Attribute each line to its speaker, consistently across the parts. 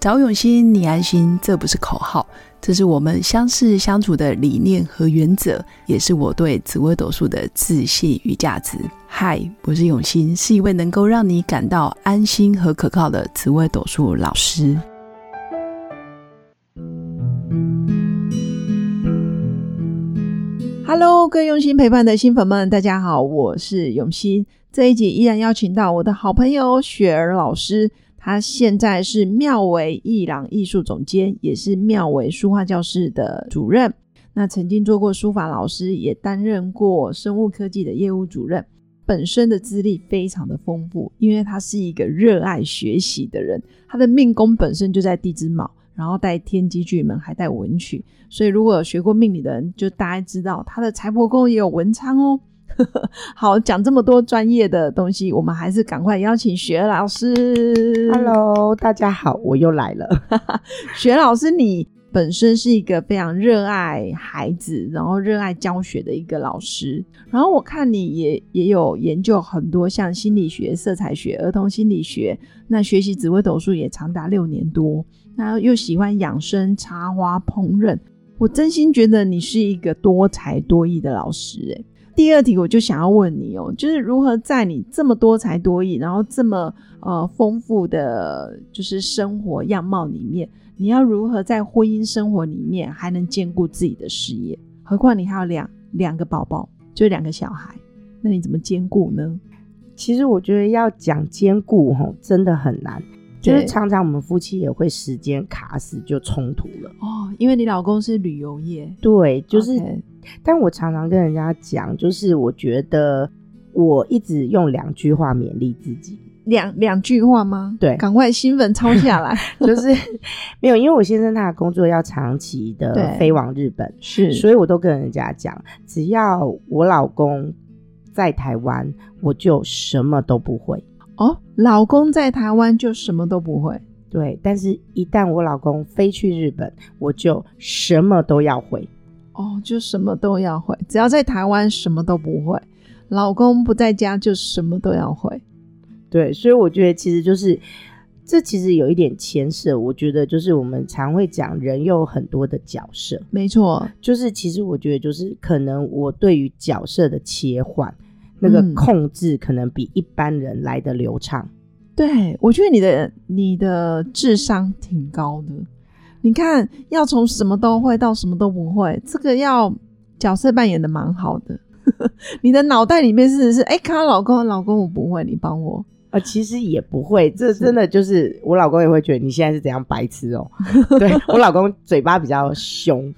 Speaker 1: 找永新，你安心，这不是口号，这是我们相识相处的理念和原则，也是我对紫微斗数的自信与价值。嗨，我是永新，是一位能够让你感到安心和可靠的紫微斗数老师。Hello，各位用心陪伴的新粉们，大家好，我是永新。这一集依然邀请到我的好朋友雪儿老师，她现在是妙维艺廊艺术总监，也是妙维书画教室的主任。那曾经做过书法老师，也担任过生物科技的业务主任。本身的资历非常的丰富，因为他是一个热爱学习的人，他的命宫本身就在地支卯，然后带天机巨门，还带文曲，所以如果有学过命理的人，就大家知道他的财帛宫也有文昌哦。 好，讲这么多专业的东西，我们还是赶快邀请雪儿老师。嗯
Speaker 2: Hello，大家好，我又来了。
Speaker 1: 雪儿老师，你本身是一个非常热爱孩子，然后热爱教学的一个老师。然后我看你也也有研究很多像心理学、色彩学、儿童心理学，那学习紫微斗数也长达六年多。那又喜欢养生、插花、烹饪，我真心觉得你是一个多才多艺的老师、欸。第二题我就想要问你哦，就是如何在你这么多才多艺，然后这么呃丰富的就是生活样貌里面，你要如何在婚姻生活里面还能兼顾自己的事业？何况你还有两两个宝宝，就两个小孩，那你怎么兼顾呢？
Speaker 2: 其实我觉得要讲兼顾吼，真的很难。就是常常我们夫妻也会时间卡死，就冲突了。
Speaker 1: 哦，因为你老公是旅游业，
Speaker 2: 对，就是。Okay. 但我常常跟人家讲，就是我觉得我一直用两句话勉励自己。
Speaker 1: 两两句话吗？
Speaker 2: 对，
Speaker 1: 赶快新闻抄下来。
Speaker 2: 就是 没有，因为我先生他的工作要长期的飞往日本，
Speaker 1: 是，
Speaker 2: 所以我都跟人家讲，只要我老公在台湾，我就什么都不会。
Speaker 1: 哦，老公在台湾就什么都不会，
Speaker 2: 对。但是，一旦我老公飞去日本，我就什么都要会。
Speaker 1: 哦，就什么都要会，只要在台湾什么都不会，老公不在家就什么都要会。
Speaker 2: 对，所以我觉得其实就是，这其实有一点牵涉。我觉得就是我们常会讲，人有很多的角色，
Speaker 1: 没错。
Speaker 2: 就是其实我觉得就是可能我对于角色的切换。那个控制可能比一般人来的流畅、嗯。
Speaker 1: 对，我觉得你的你的智商挺高的。你看，要从什么都会到什么都不会，这个要角色扮演的蛮好的。 你的脑袋里面是是，哎、欸，看到老公，老公我不会，你帮我。
Speaker 2: 呃，其实也不会，这真的就是我老公也会觉得你现在是怎样白痴哦、 喔。对我老公嘴巴比较 凶，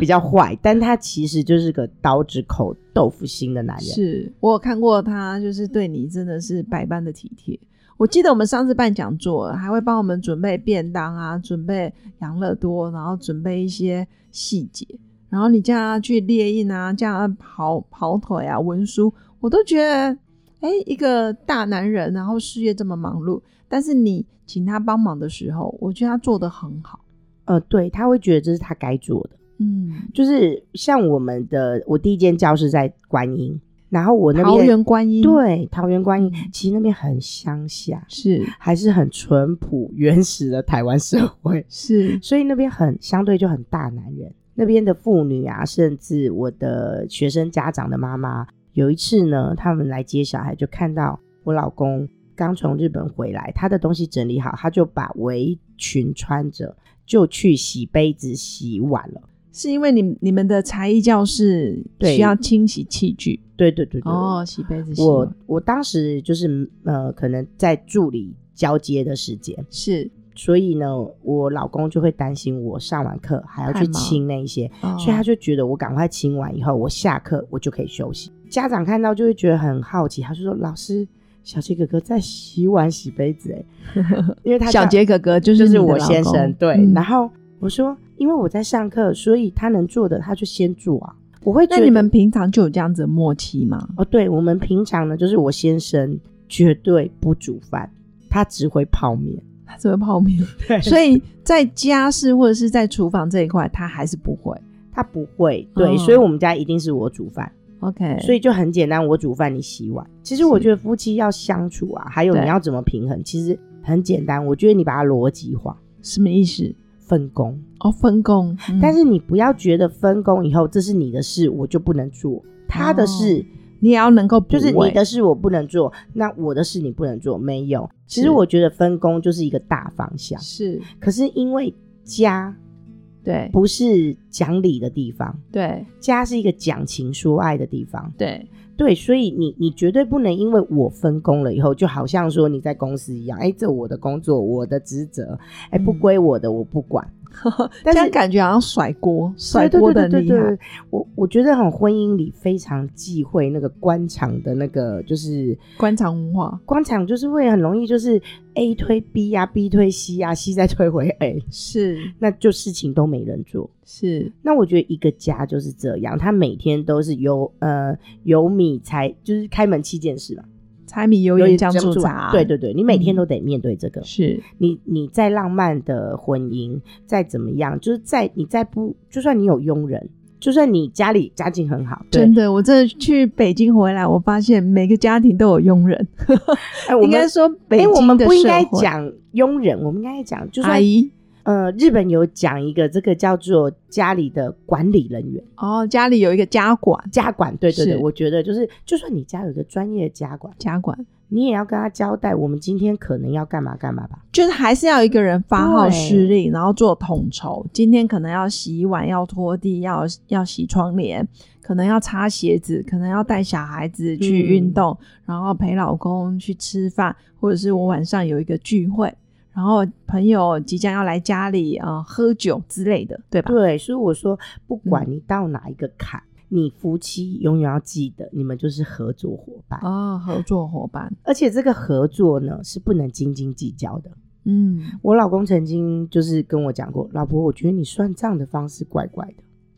Speaker 2: 比较坏，但他其实就是个刀子口豆腐心的男人。
Speaker 1: 是我有看过他，就是对你真的是百般的体贴。我记得我们上次办讲座，还会帮我们准备便当啊，准备养乐多，然后准备一些细节，然后你叫他去列印啊，叫他跑跑腿啊，文书，我都觉得。哎，一个大男人，然后事业这么忙碌，但是你请他帮忙的时候，我觉得他做的很好。
Speaker 2: 呃，对，他会觉得这是他该做的。
Speaker 1: 嗯，
Speaker 2: 就是像我们的，我第一间教室在观音，然后我那边
Speaker 1: 桃园观音，嗯
Speaker 2: 对，桃园观音，其实那边很乡下，
Speaker 1: 是
Speaker 2: 还是很淳朴原始的台湾社会，
Speaker 1: 是，
Speaker 2: 所以那边很相对就很大男人，那边的妇女啊，甚至我的学生家长的妈妈。有一次呢，他们来接小孩，就看到我老公刚从日本回来，他的东西整理好，他就把围裙穿着，就去洗杯子、洗碗了。
Speaker 1: 是因为你你们的才艺教室需要清洗器具，
Speaker 2: 对对对对。
Speaker 1: 哦，洗杯子洗。
Speaker 2: 我我当时就是呃，可能在助理交接的时间
Speaker 1: 是。
Speaker 2: 所以呢，我老公就会担心我上完课还要去清那一些，
Speaker 1: 哦
Speaker 2: 所以他就觉得我赶快清完以后，我下课我就可以休息。家长看到就会觉得很好奇，他就说：“老师，小杰哥哥在洗碗洗杯子。” 哎，因为他
Speaker 1: 小杰哥哥就是
Speaker 2: 就是我先生对。嗯、然后我说：“因为我在上课，所以他能做的他就先做啊。”我会
Speaker 1: 那你们平常就有这样子的默契吗？
Speaker 2: 哦，对，我们平常呢，就是我先生绝对不煮饭，他只会泡面。
Speaker 1: 他只会泡面， 所以在家事或者是在厨房这一块，他还是不会，
Speaker 2: 他不会。对，哦、所以我们家一定是我煮饭
Speaker 1: ，OK。
Speaker 2: 所以就很简单，我煮饭，你洗碗。其实我觉得夫妻要相处啊，还有你要怎么平衡，其实很简单。我觉得你把它逻辑化，
Speaker 1: 什么意思？
Speaker 2: 分工。
Speaker 1: 哦，分工，嗯
Speaker 2: 但是你不要觉得分工以后这是你的事，我就不能做；他的事、
Speaker 1: 你也要能够补
Speaker 2: 就是你
Speaker 1: 位
Speaker 2: 的事我不能做，那我的事你不能做。没有，其实
Speaker 1: 是
Speaker 2: 我觉得分工就是一个大方向。
Speaker 1: 是，
Speaker 2: 可是因为家
Speaker 1: 对
Speaker 2: 不是讲理的地方，
Speaker 1: 对
Speaker 2: 家是一个讲情说爱的地方。
Speaker 1: 对，
Speaker 2: 对，所以你你绝对不能因为我分工了以后，就好像说你在公司一样，哎，这我的工作，我的职责，哎，不
Speaker 1: 嗯
Speaker 2: 归我的，我 不管。
Speaker 1: 这
Speaker 2: 但
Speaker 1: 样
Speaker 2: 是
Speaker 1: 感觉好像甩锅，甩
Speaker 2: 对
Speaker 1: 锅
Speaker 2: 对
Speaker 1: 的
Speaker 2: 对对
Speaker 1: 厉
Speaker 2: 对，
Speaker 1: 害，
Speaker 2: 我我觉得很婚姻里非常忌讳那个官场的那个，就是
Speaker 1: 官场文化
Speaker 2: 官场就是会很容易就是 A 推 B 呀、b 推 C 呀、c 再推回 A，
Speaker 1: 是
Speaker 2: 那就事情都没人做。
Speaker 1: 是，
Speaker 2: 那我觉得一个家就是这样，他每天都是有呃有米才就是开门七件事嘛，
Speaker 1: 柴米油盐酱
Speaker 2: 蒸
Speaker 1: 醋
Speaker 2: 出来
Speaker 1: 茶，
Speaker 2: 对对对，你每天都得面对这个。
Speaker 1: 啊嗯是，
Speaker 2: 你你再浪漫的婚姻，再怎么样，就是在你再不，就算你有佣人，就算你家里家境很好，对
Speaker 1: 真的，我真的去北京回来，我发现每个家庭都有佣人，
Speaker 2: 哎，我
Speaker 1: 应
Speaker 2: 们
Speaker 1: 该说北
Speaker 2: 哎，
Speaker 1: 京的
Speaker 2: 我们不应
Speaker 1: 社
Speaker 2: 该
Speaker 1: 会
Speaker 2: 讲佣人，我们应该讲就是
Speaker 1: 阿姨
Speaker 2: 呃，日本有讲一个这个叫做家里的管理人员，
Speaker 1: 哦，家里有一个家管，
Speaker 2: 家管，对对
Speaker 1: 是
Speaker 2: 对，我觉得就是，就算你家有一个专业的家管，
Speaker 1: 家管
Speaker 2: 你也要跟他交代，我们今天可能要干嘛干嘛吧。
Speaker 1: 就是还是要有一个人发号
Speaker 2: 对
Speaker 1: 施令，然后做统筹。今天可能要洗碗，要拖地，要要洗窗帘，可能要擦鞋子，可能要带小孩子去
Speaker 2: 嗯
Speaker 1: 运动，然后陪老公去吃饭，或者是我晚上有一个聚会，然后朋友即将要来家里啊、呃喝酒之类的，对吧？
Speaker 2: 对，所以我说，不管你到哪一个坎，你夫妻永远要记得，你们就是合作伙伴，
Speaker 1: 啊、合作伙伴，
Speaker 2: 而且这个合作呢是不能斤斤计较的。
Speaker 1: 嗯，
Speaker 2: 我老公曾经就是跟我讲过，老婆，我觉得你算账的方式怪怪的。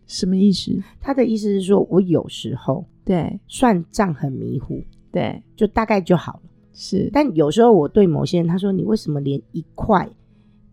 Speaker 1: 什么意思？
Speaker 2: 他的意思是说，我有时候
Speaker 1: 对
Speaker 2: 算账很迷糊，
Speaker 1: 对，
Speaker 2: 就大概就好了。
Speaker 1: 是
Speaker 2: 但有时候我对某些人，他说你为什么连一块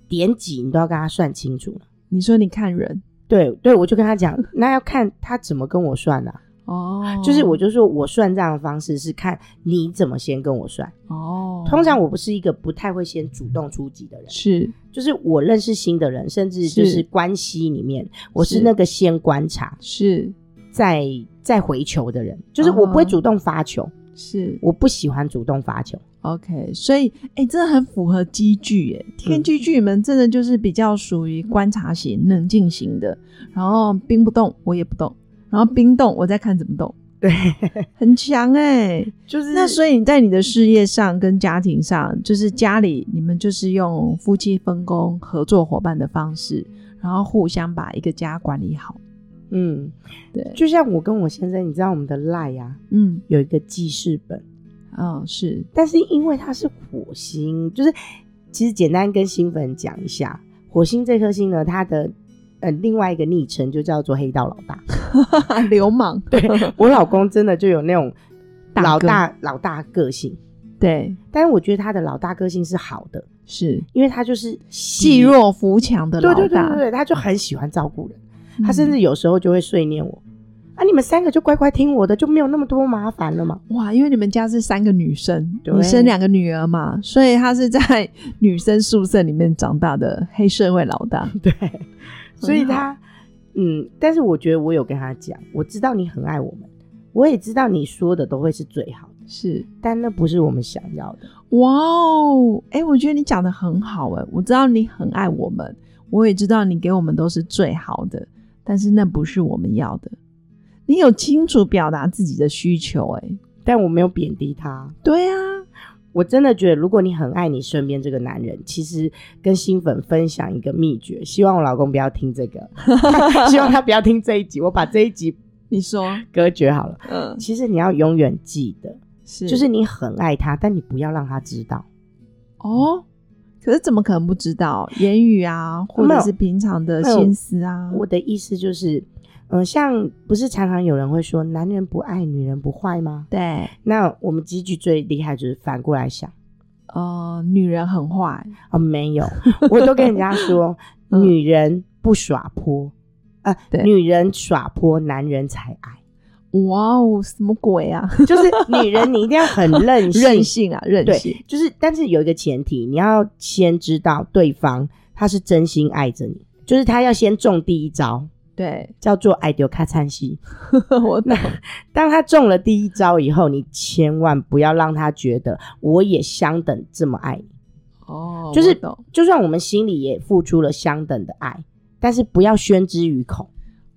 Speaker 2: 点几你都要跟他算清楚呢？
Speaker 1: 你说你看人
Speaker 2: 对对，我就跟他讲， 那要看他怎么跟我算啊。
Speaker 1: 哦，
Speaker 2: 就是我就说我算账的方式是看你怎么先跟我算。
Speaker 1: 哦，
Speaker 2: 通常我不是一个不太会先主动出击的人，
Speaker 1: 是
Speaker 2: 就是我认识新的人，甚至就是
Speaker 1: 是
Speaker 2: 关系里面，我是
Speaker 1: 是
Speaker 2: 那个先观察
Speaker 1: 是
Speaker 2: 再再回球的人，就是我不会
Speaker 1: 哦
Speaker 2: 主动发球，
Speaker 1: 是
Speaker 2: 我不喜欢主动发球。
Speaker 1: OK，所以哎、诶真的很符合机剧哎，天
Speaker 2: 嗯
Speaker 1: 机剧们真的就是比较属于观察型、冷静型的，然后冰不动我也不动，然后冰动我再看怎么动，
Speaker 2: 对，
Speaker 1: 很强哎、
Speaker 2: 就是
Speaker 1: 那所以你在你的事业上跟家庭上，就是
Speaker 2: 嗯
Speaker 1: 家里你们就是用夫妻分工、合作伙伴的方式，然后互相把一个家管理好。
Speaker 2: 嗯，
Speaker 1: 对，
Speaker 2: 就像我跟我先生，你知道我们的赖呀、
Speaker 1: 嗯，
Speaker 2: 有一个记事本，
Speaker 1: 哦， 是
Speaker 2: 但是因为它是火星，就是其实简单跟新粉讲一下，火星这颗星呢，它的呃另外一个昵称就叫做黑道老大。
Speaker 1: 流氓，对
Speaker 2: 我老公真的就有那种
Speaker 1: 大
Speaker 2: 老
Speaker 1: 哥
Speaker 2: 大老大个性，
Speaker 1: 对，
Speaker 2: 但是我觉得他的老大个性是好的，
Speaker 1: 是
Speaker 2: 因为他就是
Speaker 1: 济弱扶强的
Speaker 2: 对
Speaker 1: 老
Speaker 2: 对对
Speaker 1: 大，
Speaker 2: 对对，他就很喜欢照顾人，他
Speaker 1: 嗯
Speaker 2: 甚至有时候就会碎念我。啊！你们三个就乖乖听我的，就没有那么多麻烦了嘛。
Speaker 1: 哇，因为你们家是三个女生，
Speaker 2: 对
Speaker 1: 你生两个女儿嘛，所以她是在女生宿舍里面长大的黑社会老大。
Speaker 2: 对，所以
Speaker 1: 很好
Speaker 2: 他，嗯，但是我觉得我有跟他讲，我知道你很爱我们，我也知道你说的都会是最好的，
Speaker 1: 是，
Speaker 2: 但那不是我们想要的。
Speaker 1: 哇哦，哎、我觉得你讲的很好哎、我知道你很爱我们，我也知道你给我们都是最好的，但是那不是我们要的。你有清楚表达自己的需求哎、
Speaker 2: 但我没有贬低他，
Speaker 1: 对啊，
Speaker 2: 我真的觉得，如果你很爱你身边这个男人，其实跟新粉分享一个秘诀，希望我老公不要听这 个，希望他不要听这一集，我把这一集
Speaker 1: 你 说，
Speaker 2: 隔绝好了。
Speaker 1: 嗯，
Speaker 2: 其实你要永远记得，
Speaker 1: 是，
Speaker 2: 就是你很爱他，但你不要让他知道。
Speaker 1: 哦。可是怎么可能不知道言语啊，或
Speaker 2: 没
Speaker 1: 者
Speaker 2: 有
Speaker 1: 是平常的
Speaker 2: 没有
Speaker 1: 心思啊？
Speaker 2: 我的意思就是，嗯、像不是常常有人会说男人不爱，女人不坏吗？
Speaker 1: 对，
Speaker 2: 那我们几句最厉害就是反过来想
Speaker 1: 呃，女人很坏，
Speaker 2: 啊、没有，我都跟人家说，
Speaker 1: 嗯
Speaker 2: 女人不耍泼，啊、
Speaker 1: 对
Speaker 2: 女人耍泼，男人才爱。
Speaker 1: 哇哦，什么鬼啊？
Speaker 2: 就是女人你一定要很任 性，
Speaker 1: 任性啊，任
Speaker 2: 对
Speaker 1: 性，
Speaker 2: 就是但是有一个前提，你要先知道对方。他是真心爱着你，就是他要先中第一招，
Speaker 1: 对，
Speaker 2: 叫做爱丢卡餐戏。
Speaker 1: 我 懂，
Speaker 2: 当他中了第一招以后，你千万不要让他觉得我也相等这么爱你。
Speaker 1: 哦，
Speaker 2: 就是
Speaker 1: 我懂
Speaker 2: 就算我们心里也付出了相等的爱，但是不要宣之于口，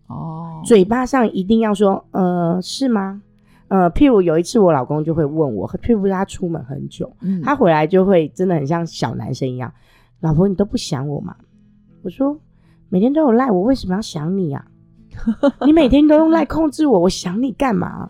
Speaker 1: 哦，
Speaker 2: 嘴巴上一定要说，呃，是吗？呃，譬如有一次我老公就会问我，譬如他出门很久，
Speaker 1: 嗯
Speaker 2: 他回来就会真的很像小男生一样，老婆你都不想我吗？我说每天都有赖我，为什么要想你啊？ 你每天都用赖控制我，我想你干嘛？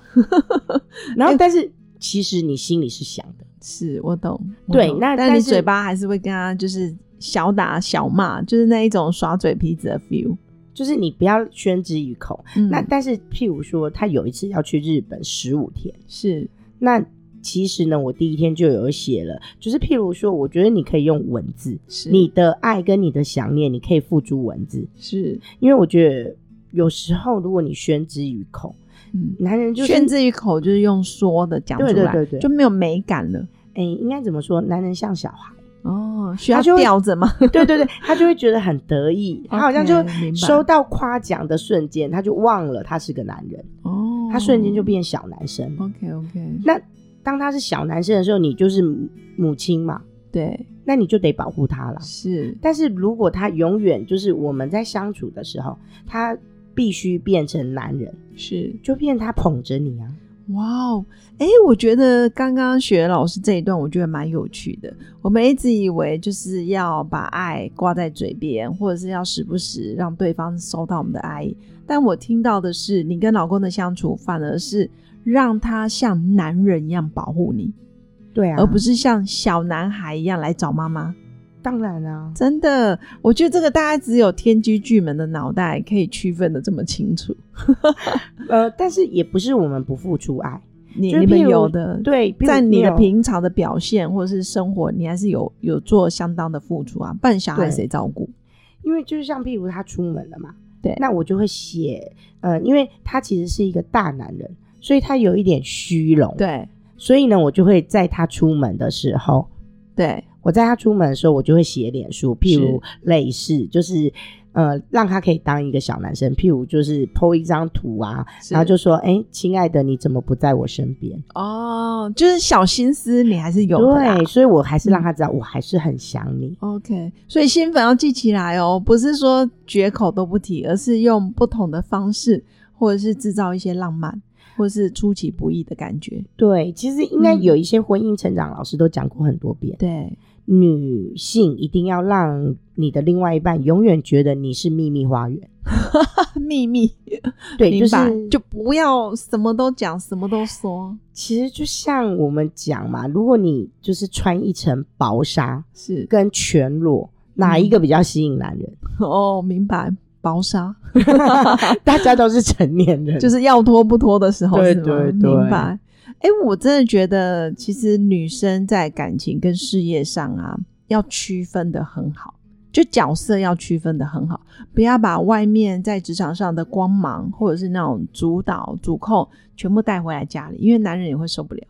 Speaker 2: 然后 但是其实你心里是想的，
Speaker 1: 是我懂，我
Speaker 2: 对
Speaker 1: 懂
Speaker 2: 那
Speaker 1: 但
Speaker 2: 但
Speaker 1: 你
Speaker 2: 是
Speaker 1: 嘴巴还是会跟他就是小打小骂，就是那一种耍嘴皮子的 feel。
Speaker 2: 就是你不要宣之于口。
Speaker 1: 嗯
Speaker 2: 那但是，譬如说，他有一次要去日本十五天，
Speaker 1: 是
Speaker 2: 那其实呢，我第一天就有写了，就是譬如说，我觉得你可以用文字，
Speaker 1: 是
Speaker 2: 你的爱跟你的想念，你可以付诸文字，
Speaker 1: 是
Speaker 2: 因为我觉得有时候如果你宣之于口，
Speaker 1: 嗯，
Speaker 2: 男人就是
Speaker 1: 炫，之于口就是用说的讲出来，
Speaker 2: 对对对对
Speaker 1: 就没有美感了。
Speaker 2: 哎、应该怎么说？男人像 小孩，
Speaker 1: 哦，需要
Speaker 2: 他就会
Speaker 1: 吊着吗？
Speaker 2: 对对对，他就会觉得很得意，他好像就
Speaker 1: OK，明白
Speaker 2: 收到夸奖的瞬间，他就忘了他是个男人，
Speaker 1: 哦，
Speaker 2: 他瞬间就变小男生。
Speaker 1: OK OK，
Speaker 2: 那当他是小男生的时候，你就是母母亲嘛，
Speaker 1: 对，
Speaker 2: 那你就得保护他了。
Speaker 1: 是
Speaker 2: 但是如果他永远就是我们在相处的时候，他必须变成男人，
Speaker 1: 是，
Speaker 2: 就变他捧着你啊。
Speaker 1: 哇哦，哎，我觉得刚刚雪老师这一段，我觉得蛮有趣的。我们一直以为就是要把爱挂在嘴边，或者是要时不时让对方收到我们的爱意，但我听到的是，你跟老公的相处反而是让他像男人一样保护你，
Speaker 2: 对啊，
Speaker 1: 而不是像小男孩一样来找妈妈。
Speaker 2: 当然啊，
Speaker 1: 真的，我觉得这个大家只有天机巨门的脑袋可以区分的这么清楚。
Speaker 2: 呃，但是也不是我们不付出爱，
Speaker 1: 你
Speaker 2: 就是
Speaker 1: 你
Speaker 2: 譬
Speaker 1: 们
Speaker 2: 如
Speaker 1: 有的
Speaker 2: 对，譬如
Speaker 1: 在你的
Speaker 2: 有
Speaker 1: 平常的表现或者是生活，你还是有有做相当的付出啊，不然小孩
Speaker 2: 对
Speaker 1: 谁照顾？
Speaker 2: 因为就是像譬如他出门了嘛，
Speaker 1: 对
Speaker 2: 那我就会写，呃，因为他其实是一个大男人，所以他有一点虚荣，，
Speaker 1: 对
Speaker 2: 所以呢，我就会在他出门的时候，
Speaker 1: 对，
Speaker 2: 我在他出门的时候，我就会写脸书，譬如类似就是。呃，让他可以当一个小男生，譬如就是 PO 一张图啊，
Speaker 1: 是
Speaker 2: 然后就说：“哎、亲爱的，你怎么不在我身边
Speaker 1: 哦，就是小心思你还是？”有的啦
Speaker 2: 对，。所以我还是让他知道，我还是很想你。
Speaker 1: OK，所以新粉要记起来哦，不是说绝口都不提，而是用不同的方式，或者是制造一些浪漫，或是出其不意的感觉。
Speaker 2: 对，其实应该
Speaker 1: 嗯
Speaker 2: 有一些婚姻成长老师都讲过很多遍，
Speaker 1: 对，
Speaker 2: 女性一定要让你的另外一半永远觉得你是秘密花园。
Speaker 1: 秘密，
Speaker 2: 对，就
Speaker 1: 明白，
Speaker 2: 是
Speaker 1: 就不要什么都讲，什么都说，
Speaker 2: 其实就像我们讲嘛，如果你就是穿一层薄纱
Speaker 1: 是
Speaker 2: 跟全裸，哪
Speaker 1: 嗯
Speaker 2: 一个比较吸引男人？
Speaker 1: 哦，明白，薄纱。
Speaker 2: 大家都是成年人，
Speaker 1: 就是是要拖不拖的时候，
Speaker 2: 对
Speaker 1: 是吗
Speaker 2: 对对
Speaker 1: 明白。哎、我真的觉得，其实女生在感情跟事业上啊，要区分的很好，就角色要区分的很好，不要把外面在职场上的光芒或者是那种主导、主控全部带回来家里，因为男人也会受不了。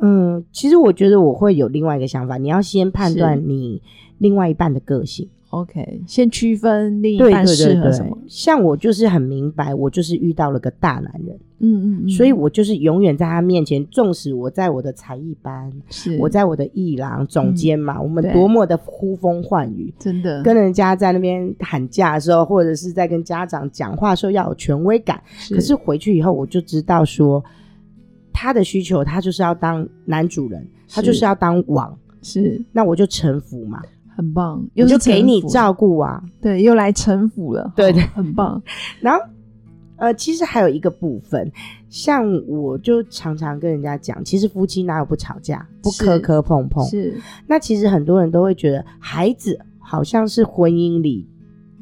Speaker 2: 嗯，其实我觉得我会有另外一个想法，你要先判
Speaker 1: 是
Speaker 2: 断你另外一半的个性。
Speaker 1: OK，先区分另一
Speaker 2: 对
Speaker 1: 半
Speaker 2: 对对
Speaker 1: 适合什么。
Speaker 2: 对，像我就是很明白，我就是遇到了个大男人。
Speaker 1: 嗯嗯嗯，
Speaker 2: 所以我就是永远在他面前，纵使我在我的才艺班，
Speaker 1: 是嗯
Speaker 2: 我在我的艺廊总监嘛，我们
Speaker 1: 对
Speaker 2: 多么的呼风唤雨，
Speaker 1: 真的
Speaker 2: 跟人家在那边喊价的时候，或者是在跟家长讲话的时候要有权威感。可是回去以后，我就知道说，他的需求他就是要当男主人，他就是要当王，
Speaker 1: 是
Speaker 2: 那我就臣服嘛，
Speaker 1: 很棒，
Speaker 2: 我
Speaker 1: 又
Speaker 2: 就是给你
Speaker 1: 臣服
Speaker 2: 照顾啊。
Speaker 1: 对，又来城府了，
Speaker 2: 对对
Speaker 1: 哦很棒。
Speaker 2: 然后，呃，其实还有一个部分，像我就常常跟人家讲，其实夫妻哪有不吵架、不
Speaker 1: 是
Speaker 2: 磕磕碰碰？
Speaker 1: 是
Speaker 2: 那其实很多人都会觉得，孩子好像是婚姻里，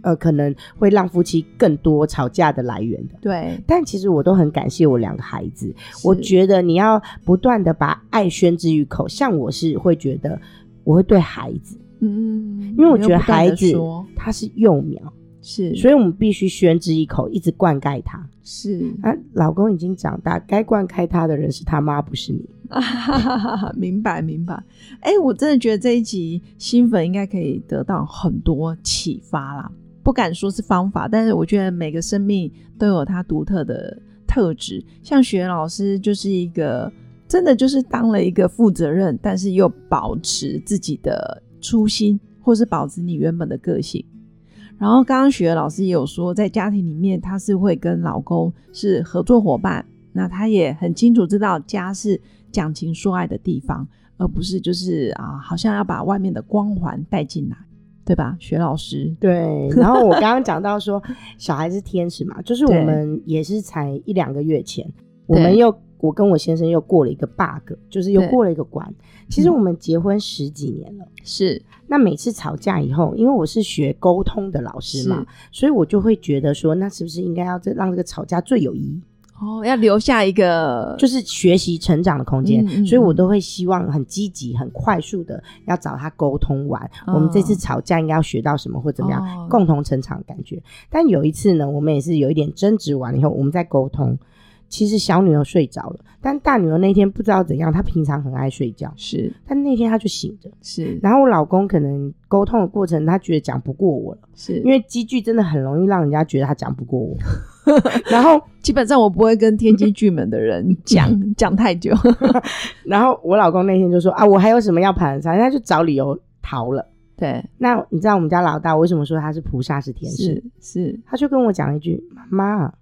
Speaker 2: 呃，可能会让夫妻更多吵架的来源的。
Speaker 1: 对，
Speaker 2: 但其实我都很感谢我两个孩子，
Speaker 1: 是
Speaker 2: 我觉得你要不断的把爱宣之于口。像我是会觉得，我会对孩子，
Speaker 1: 嗯，
Speaker 2: 因为我
Speaker 1: 你又
Speaker 2: 觉得
Speaker 1: 不断
Speaker 2: 孩
Speaker 1: 地
Speaker 2: 子
Speaker 1: 说
Speaker 2: 他是幼苗，
Speaker 1: 是，
Speaker 2: 所以我们必须宣之于口，一直灌溉他。
Speaker 1: 是，
Speaker 2: 啊，老公已经长大，该灌溉他的人是他妈，不是你。
Speaker 1: 啊，明白明白。哎、我真的觉得这一集新粉应该可以得到很多启发啦。不敢说是方法，但是我觉得每个生命都有它独特的特质。像雪老师就是一个真的就是当了一个负责任，但是又保持自己的初心，或是保持你原本的个性。然后刚刚雪老师也有说，在家庭里面她是会跟老公是合作伙伴，那她也很清楚知道家是讲情说爱的地方，而不是就是啊，好像要把外面的光环带进来，对吧？雪老师，
Speaker 2: 对，然后我刚刚讲到 说，小孩是天使嘛，就是我
Speaker 1: 对
Speaker 2: 们也是才一两个月前，我们又我跟我先生又过了一个 bug，就是又
Speaker 1: 对
Speaker 2: 过了一个关。其实
Speaker 1: 嗯
Speaker 2: 我们结婚十几年了，
Speaker 1: 是
Speaker 2: 那每次吵架以后，因为我是学沟通的老师嘛，所以我就会觉得说，那是不是应该要这让这个吵架最有意义，
Speaker 1: 哦，要留下一个
Speaker 2: 就是学习成长的空间。
Speaker 1: 嗯嗯
Speaker 2: 所以我都会希望很积极、很快速的要找他沟通完，
Speaker 1: 嗯
Speaker 2: 我们这次吵架应该要学到什么或怎么样，
Speaker 1: 哦
Speaker 2: 共同成长的感觉。但有一次呢，我们也是有一点争执完了以后，我们在沟通。其实小女儿睡着了，但大女儿那天不知道怎样，她平常很爱睡觉，
Speaker 1: 是
Speaker 2: 但那天她就醒着。
Speaker 1: 是
Speaker 2: 然后我老公可能沟通的过程，他觉得讲不过我了，
Speaker 1: 是，
Speaker 2: 因为积聚真的很容易让人家觉得他讲不过我。 然后，
Speaker 1: 基本上我不会跟天机巨门的人 讲讲太久，
Speaker 2: 然后我老公那天就说啊，我还有什么要盘查，他就找理由逃了。
Speaker 1: 对，
Speaker 2: 那你知道我们家老大为什么说他是菩萨是天使？
Speaker 1: 是是
Speaker 2: 他就跟我讲了一句：“妈妈，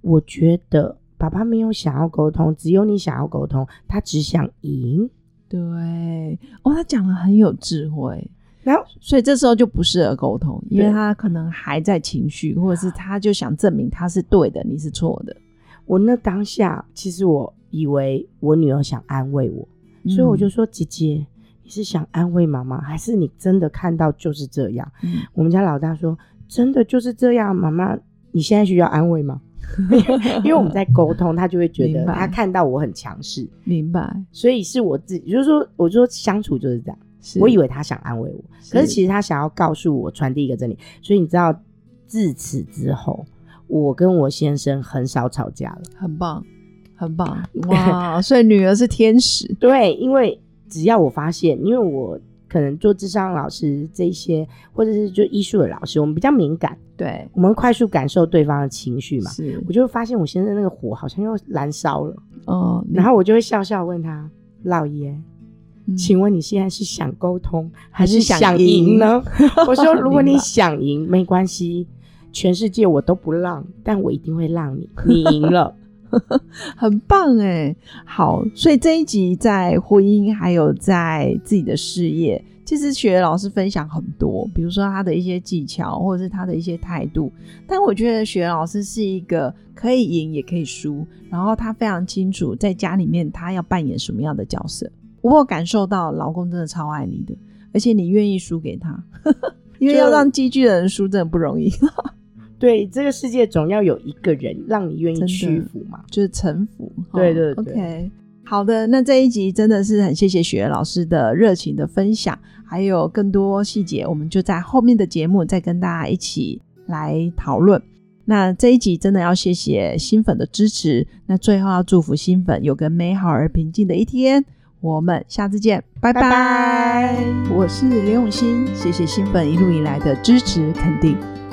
Speaker 2: 我觉得爸爸没有想要沟通，只有你想要沟通，他只想赢。
Speaker 1: 对，哦，他讲的很有智慧。”
Speaker 2: 然后
Speaker 1: 所以这时候就不适合沟通，因为
Speaker 2: 对
Speaker 1: 他可能还在情绪，或者是他就想证明他是对的，你是错的，
Speaker 2: 我那当下，其实我以为我女儿想安慰我，
Speaker 1: 嗯
Speaker 2: 所以我就说：“姐姐，你是想安慰妈妈，还是你真的看到就是这样
Speaker 1: 嗯、？”
Speaker 2: 我们家老大说：“真的就是这样，妈妈，你现在需要安慰吗？” 因为我们在沟通，他就会觉
Speaker 1: 明
Speaker 2: 得
Speaker 1: 白
Speaker 2: 他看到我很强势，
Speaker 1: 明白。
Speaker 2: 所以是我自己，就是说，我就说相处就是这样。
Speaker 1: 是
Speaker 2: 我以为他想安慰我，
Speaker 1: 是
Speaker 2: 可是其实他想要告诉我传递一个真理。所以你知道，自此之后，我跟我先生很少吵架了。
Speaker 1: 很棒，很 棒哇！所以女儿是天使，
Speaker 2: 对，因为只要我发现，因为我可能做智商老师这一些，或者是就艺术的老师，我们比较敏感，
Speaker 1: 对，
Speaker 2: 我们快速感受对方的情绪嘛。
Speaker 1: 是
Speaker 2: 我就发现我先生那个火好像又燃烧了，
Speaker 1: 哦。
Speaker 2: 然后我就会笑笑问他：“老爷，
Speaker 1: 嗯
Speaker 2: 请问你现在是想沟通还
Speaker 1: 是
Speaker 2: 是
Speaker 1: 想
Speaker 2: 想
Speaker 1: 赢
Speaker 2: 赢呢？ 我说，如果
Speaker 1: 明
Speaker 2: 你
Speaker 1: 白
Speaker 2: 想赢，没关系，全世界我都不让，但我一定会让你，你赢 了。
Speaker 1: 很棒哎，好，所以这一集在婚姻还有在自己的事业，其实雪儿老师分享很多，比如说他的一些技巧，或者是他的一些态度。但我觉得雪儿老师是一个可以赢也可以输，然后他非常清楚在家里面他要扮演什么样的角色。我有感受到老公真的超爱你的，而且你愿意输给他， 因为
Speaker 2: 就
Speaker 1: 要让积聚的人输真的不容易，
Speaker 2: 对，这个世界总要有一个人让你愿
Speaker 1: 真的
Speaker 2: 意屈服嘛。
Speaker 1: 就是臣服。哦
Speaker 2: 对对对
Speaker 1: OK，好的，那这一集真的是很谢谢雪儿老师的热情的分享，还有更多细节，我们就在后面的节目再跟大家一起来讨论。那这一集真的要谢谢新粉的支持，那最后要祝福新粉有个美好而平静的一天。我们下次见，拜拜！
Speaker 2: 拜拜
Speaker 1: 我是刘永新，谢谢新粉一路以来的支持肯定。